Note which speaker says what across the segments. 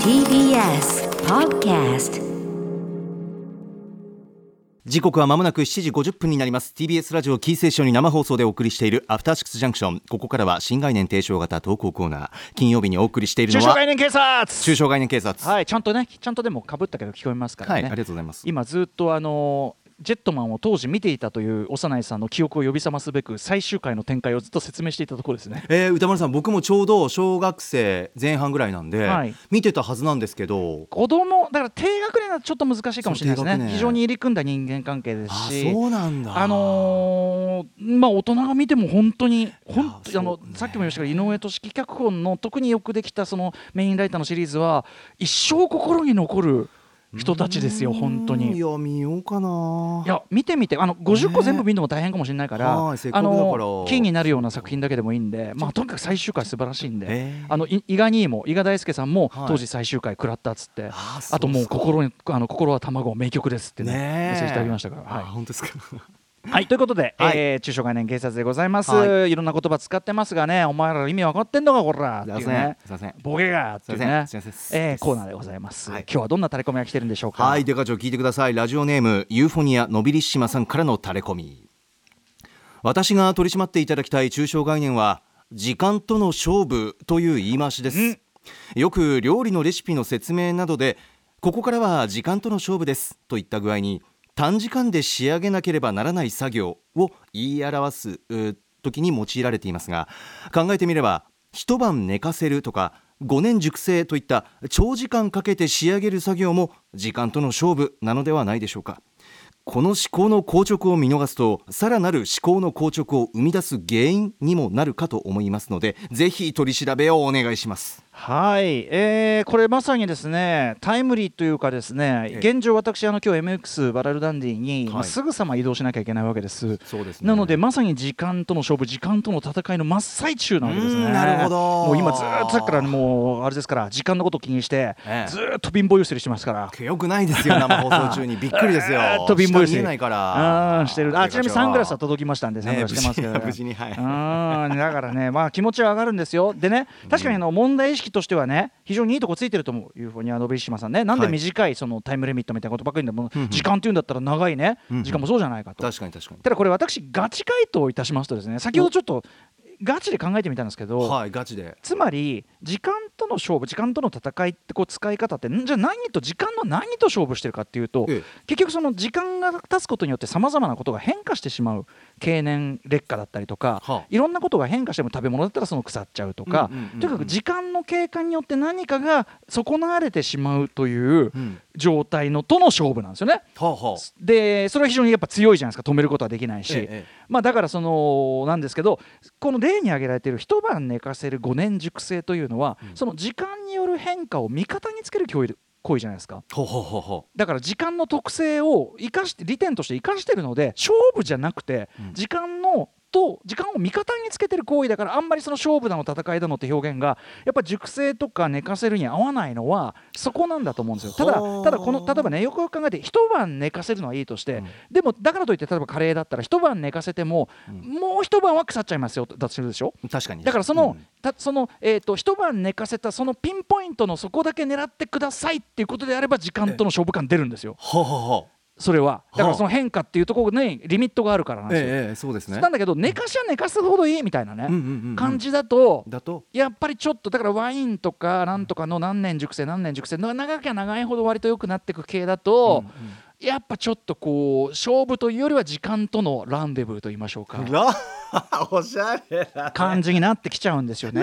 Speaker 1: TBS Podcast
Speaker 2: 時刻はまもなく7時50分になります TBS ラジオキーセーションに生放送でお送りしているアフターシックスジャンクションここからは新概念提唱型投稿コーナー金曜日にお送りしている
Speaker 3: 中
Speaker 2: の
Speaker 3: 小
Speaker 2: は
Speaker 3: 概念警察
Speaker 2: 中小概念警察はい、
Speaker 3: はいちゃんとねちゃんとでもかぶったけど聞こえますからね、
Speaker 2: ありがとうございます
Speaker 3: 今ずっとあのージェットマンを当時見ていたという幼いさんの記憶を呼び覚ますべく最終回の展開をずっと説明していたところですね
Speaker 2: えー、歌丸さん僕もちょうど小学生前半ぐらいなんで、
Speaker 3: はい
Speaker 2: 見てたはずなんですけど
Speaker 3: 子供だから低学年だとちょっと難しいかもしれない
Speaker 2: そ
Speaker 3: で
Speaker 2: う低
Speaker 3: す
Speaker 2: 学
Speaker 3: ね
Speaker 2: 年
Speaker 3: 非常に入り組んだ人間関係です
Speaker 2: あ
Speaker 3: し
Speaker 2: そうなんだ
Speaker 3: あのーまあ大人が見ても本当に本当
Speaker 2: いや
Speaker 3: あの
Speaker 2: そうね
Speaker 3: さっきも言いましたけど井上俊樹脚本の特によくできたそのメインライターのシリーズは一生心に残る人たちですよ本当
Speaker 2: うんい
Speaker 3: に。
Speaker 2: や見ようかない
Speaker 3: や見てみてあの50個全部見るのも大変かもしれないから,、
Speaker 2: はいせっか
Speaker 3: あ
Speaker 2: くだから
Speaker 3: のキーになるような作品だけでもいいんで、まあ、とにかく最終回素晴らしいんで、
Speaker 2: えー
Speaker 3: あのい伊賀兄も伊賀大輔さんも
Speaker 2: はい
Speaker 3: 当時最終回食らったっつって、
Speaker 2: あー
Speaker 3: あともう
Speaker 2: そうそう
Speaker 3: 心にあの心は卵名曲ですってね
Speaker 2: ねえ
Speaker 3: メッセージいただきましたから。
Speaker 2: あ
Speaker 3: はい
Speaker 2: 本当で すか
Speaker 3: はい、ということで、
Speaker 2: はい
Speaker 3: えー中小概念警察でございます、。
Speaker 2: はい
Speaker 3: ろんな言葉使ってますがね、お前ら意味分かってんのか、こらって
Speaker 2: すいま
Speaker 3: いう
Speaker 2: せん
Speaker 3: ね
Speaker 2: す。いません
Speaker 3: ボケがっていうね。
Speaker 2: すいませんすいません
Speaker 3: えーコーナーでございます、
Speaker 2: はい
Speaker 3: 今日はどんなタレコミが来てるんでしょうか。
Speaker 2: はい、デカ長聞いてください。ラジオネーム、ユーフォニアのびりしまさんからのタレコミ。私が取り締まっていただきたい抽象概念は、時間との勝負という言い回しです。よく料理のレシピの説明などで、ここからは時間との勝負ですといった具合に、短時間で仕上げなければならない作業を言い表すうー時に用いられていますが、考えてみれば、一晩寝かせるとか5年熟成といった長時間かけて仕上げる作業も時間との勝負なのではないでしょうかこの思考の硬直を見逃すとさらなる思考の硬直を生み出す原因にもなるかと思いますのでぜひ取り調べをお願いします
Speaker 3: はい、えーこれまさにですねタイムリーというかですね
Speaker 2: ええ
Speaker 3: 現状私あの今日 MX バラルダンディに、
Speaker 2: はい
Speaker 3: まあすぐさま移動しなきゃいけないわけです
Speaker 2: そうですね
Speaker 3: なのでまさに時間との勝負時間との戦いの真っ最中なわけです
Speaker 2: う
Speaker 3: ね
Speaker 2: んなるほど
Speaker 3: もう今ずーっとさっきからねもうあれですから時間のことを気にして、
Speaker 2: ええ
Speaker 3: ずーっと貧乏ゆすりしてますから
Speaker 2: よくないですよ生放送 中にびっくりですよ
Speaker 3: ずーっと貧乏ゆ
Speaker 2: 下
Speaker 3: すり
Speaker 2: 見えないか
Speaker 3: あ
Speaker 2: ら
Speaker 3: ーしてるあちなみにサングラスは届きましたんでサングラスしてますけど、
Speaker 2: ね無事に無事にはい
Speaker 3: あーだからね、まあ、気持ちは上がるんですよ。でね、確かにあの問題意識としてはね、非常にいいとこついてると思う、いうふうに、あの、ビシマさんね、なんで
Speaker 2: はい
Speaker 3: 短いそのタイムレミットみたいなことばっかり言うんだも
Speaker 2: うんう
Speaker 3: うん時間っていうんだったら長いね
Speaker 2: うんう、ん
Speaker 3: 時間もそうじゃないかと。
Speaker 2: 確かに確かに
Speaker 3: ただこれ、私、ガチ回答をいたしますとですね、先ほどちょっとガチで考えてみたんですけど、
Speaker 2: はいガチで
Speaker 3: つまり、時間との勝負、時間との戦いってこう使い方って、んじゃあ何と、時間の何と勝負してるかっていうと、
Speaker 2: ええ
Speaker 3: 結局その時間が経つことによってさまざまなことが変化してしまう経年劣化だったりとか、
Speaker 2: はあ
Speaker 3: いろんなことが変化しても食べ物だったらその腐っちゃうとか、
Speaker 2: うんうんうんうん
Speaker 3: とにかく時間の経過によって何かが損なわれてしまうという
Speaker 2: うん
Speaker 3: 状態のとの勝負なんですよね。
Speaker 2: はあは
Speaker 3: でそれは非常にやっぱ強いじゃないですか止めることはできないし、
Speaker 2: ええ
Speaker 3: まあ、だからそのなんですけどこの例に挙げられている一晩寝かせる5年熟成というのは、その時間による変化を味方につける行為行為じゃないですか。
Speaker 2: ほうほうほうほ
Speaker 3: だから時間の特性を生かして利点として生かしてるので勝負じゃなくて
Speaker 2: うん
Speaker 3: 時間のと時間を味方につけてる行為だからあんまりその勝負だの戦いだのって表現がやっぱ熟成とか寝かせるに合わないのはそこなんだと思うんですよただ
Speaker 2: ほう
Speaker 3: ただこの例えばねよくよく考えて一晩寝かせるのはいいとして、
Speaker 2: うん
Speaker 3: でもだからといって例えばカレーだったら一晩寝かせても、
Speaker 2: うん
Speaker 3: もう一晩は腐っちゃいますよだとするでしょ
Speaker 2: う確かに
Speaker 3: だからその,、
Speaker 2: うん
Speaker 3: たそのえー、と一晩寝かせたそのピンポイントのそこだけ狙ってくださいっていうことであれば時間との勝負感出るんですよ、
Speaker 2: ほうほうほう
Speaker 3: それはだか
Speaker 2: は
Speaker 3: ら
Speaker 2: あ
Speaker 3: その変化っていうところにリミットがあるからなんですよ、
Speaker 2: ええええそうですね
Speaker 3: なんだけど寝かしは寝かすほどいいみたいなね、
Speaker 2: うんうんうんうん
Speaker 3: 感じだと
Speaker 2: だと
Speaker 3: やっぱりちょっとだからワインとかなんとかの何年熟成何年熟成の長きゃ長いほど割と良くなってく系だと、やっぱちょっとこう勝負というよりは時間とのランデブーと言いましょうか
Speaker 2: ラおしゃれな
Speaker 3: 感じになってきちゃうんですよね。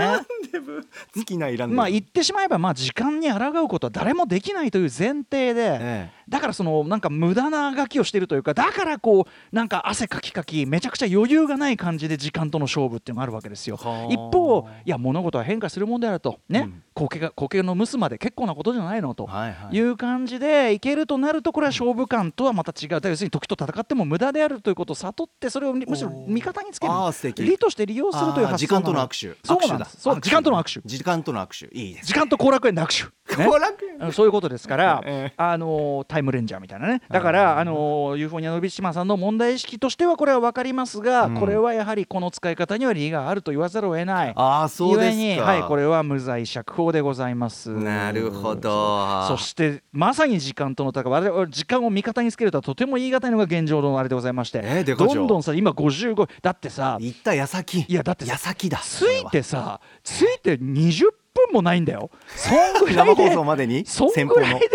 Speaker 2: 好きないらんで
Speaker 3: まあ言ってしまえばまあ時間に抗うことは誰もできないという前提で、
Speaker 2: ええ
Speaker 3: だからそのなんか無駄なあがきをしているというかだからこうなんか汗かきかきめちゃくちゃ余裕がない感じで時間との勝負っていうのがあるわけですよ
Speaker 2: はあ
Speaker 3: 一方いや物事は変化するもんであると
Speaker 2: う
Speaker 3: ね
Speaker 2: ん
Speaker 3: 苔が苔の蒸すまで結構なことじゃないのと
Speaker 2: はいはい
Speaker 3: いう感じでいけるとなるとこれは勝負感とはまた違うだから要するに時と戦っても無駄であるということを悟ってそれをむしろ味方につける
Speaker 2: おーあー素敵
Speaker 3: 利として利用するという
Speaker 2: あー
Speaker 3: 発想
Speaker 2: 時間との
Speaker 3: な
Speaker 2: 握手
Speaker 3: そう
Speaker 2: 握
Speaker 3: なん
Speaker 2: 手
Speaker 3: で
Speaker 2: だ
Speaker 3: すそう
Speaker 2: 握手
Speaker 3: 時間との握手
Speaker 2: 時間との握手いいです
Speaker 3: 時間と後楽園の握手、ね
Speaker 2: 後楽園
Speaker 3: うんそういうことですから、
Speaker 2: え
Speaker 3: あのータイムレンジャーみたいなねだから、あのーユーフォニアのビシマさんの問題意識としてはこれは分かりますが、
Speaker 2: うん
Speaker 3: これはやはりこの使い方には理由があると言わざるを得ない。
Speaker 2: ああそうですか
Speaker 3: 故に、はい、これは無罪釈放でございます。
Speaker 2: なるほど
Speaker 3: そしてまさに時間との戦い我々時間を味方につけるとはとても言い難いのが現状のあれでございまして、
Speaker 2: えーでかちょ
Speaker 3: どんどんさ今55だってさ
Speaker 2: 行った矢先
Speaker 3: いやだってさ
Speaker 2: 矢先だ
Speaker 3: ついてさついて20分もないんだよそんぐ
Speaker 2: これ
Speaker 3: ら
Speaker 2: は生
Speaker 3: い
Speaker 2: 放
Speaker 3: で
Speaker 2: 送までに
Speaker 3: そんぐらいで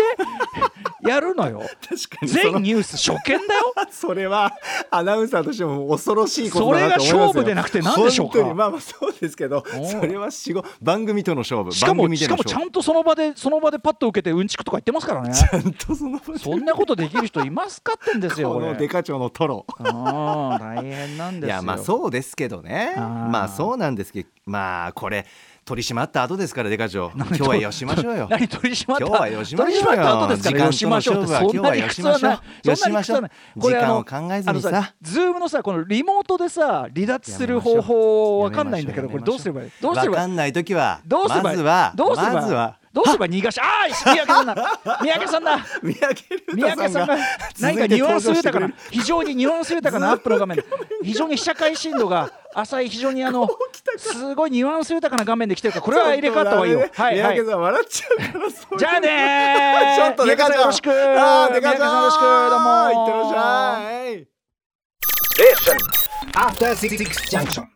Speaker 3: やるのよ
Speaker 2: 確かにそ
Speaker 3: 全
Speaker 2: の
Speaker 3: ニュース初見だよ
Speaker 2: それはアナウンサーとしても恐ろしいことだなと思いますよ
Speaker 3: それが勝負でなくて何でしょうか
Speaker 2: 本当にまあまあそうですけど
Speaker 3: おう
Speaker 2: それは仕事番組との勝負
Speaker 3: しか
Speaker 2: 番
Speaker 3: も
Speaker 2: 組
Speaker 3: し
Speaker 2: で
Speaker 3: か
Speaker 2: の
Speaker 3: もちゃ
Speaker 2: 勝負
Speaker 3: んとその場でその場でパッと受けてうんちくとか言ってますからね
Speaker 2: ちゃん とその場で
Speaker 3: そんなことできる人いますかってんですよ
Speaker 2: この
Speaker 3: 俺
Speaker 2: デカ長のトロ
Speaker 3: うん大変なん
Speaker 2: い
Speaker 3: ですよ
Speaker 2: やまあそうですけどね
Speaker 3: あー
Speaker 2: まあそうなんですけどまあこれ取り締まった後ですからデカ長今日はよしましょうよ
Speaker 3: 何取り締まった
Speaker 2: 今日はよしましょう
Speaker 3: 取
Speaker 2: よ
Speaker 3: り締まった後ですからよしましょうって
Speaker 2: 時間との勝負は
Speaker 3: そんな理屈はな
Speaker 2: 今
Speaker 3: い
Speaker 2: 日は
Speaker 3: そんな
Speaker 2: よ
Speaker 3: 理
Speaker 2: し
Speaker 3: 屈
Speaker 2: ましょう
Speaker 3: はないこれ
Speaker 2: 時
Speaker 3: あ
Speaker 2: 間
Speaker 3: の
Speaker 2: を考えずにさ
Speaker 3: あのズームのさこのリモートでさ離脱する方法わかんないんだけど
Speaker 2: や
Speaker 3: こ
Speaker 2: めましょ
Speaker 3: れど
Speaker 2: う
Speaker 3: うすればいいどうすれ
Speaker 2: わ
Speaker 3: ば
Speaker 2: か
Speaker 3: いい
Speaker 2: んない時は
Speaker 3: どうすれば
Speaker 2: ま
Speaker 3: いい
Speaker 2: ずは
Speaker 3: どうすればいい
Speaker 2: まずは
Speaker 3: どうすれば逃がしあー三宅さん だ三宅さんだ
Speaker 2: 三宅
Speaker 3: 三
Speaker 2: 龍太
Speaker 3: 宅さ
Speaker 2: さん
Speaker 3: んが
Speaker 2: が
Speaker 3: 何か
Speaker 2: 続い
Speaker 3: ニ
Speaker 2: て
Speaker 3: ュアン
Speaker 2: 登
Speaker 3: ス
Speaker 2: 場して
Speaker 3: 豊
Speaker 2: く
Speaker 3: か
Speaker 2: れ
Speaker 3: な
Speaker 2: る
Speaker 3: 非常にニュアンス豊かなアップの画面で非常に被写界深度が浅い非常にあのすごいニュアンス豊かな画面で来てるからこれは入れ替わった方がいいよ
Speaker 2: ちょっとダ
Speaker 3: は
Speaker 2: メね三
Speaker 3: いはい
Speaker 2: 宅さん笑っちゃうからそういう
Speaker 3: じゃあね ー
Speaker 2: ちょっと
Speaker 3: 三
Speaker 2: デ
Speaker 3: 宅
Speaker 2: カちゃ
Speaker 3: さん
Speaker 2: ん
Speaker 3: よろしく
Speaker 2: あーデカち
Speaker 3: 三宅
Speaker 2: ゃ
Speaker 3: さ
Speaker 2: ん
Speaker 3: んよろしくどう
Speaker 2: い
Speaker 3: も
Speaker 2: ってらっしゃい
Speaker 4: After Six Junction.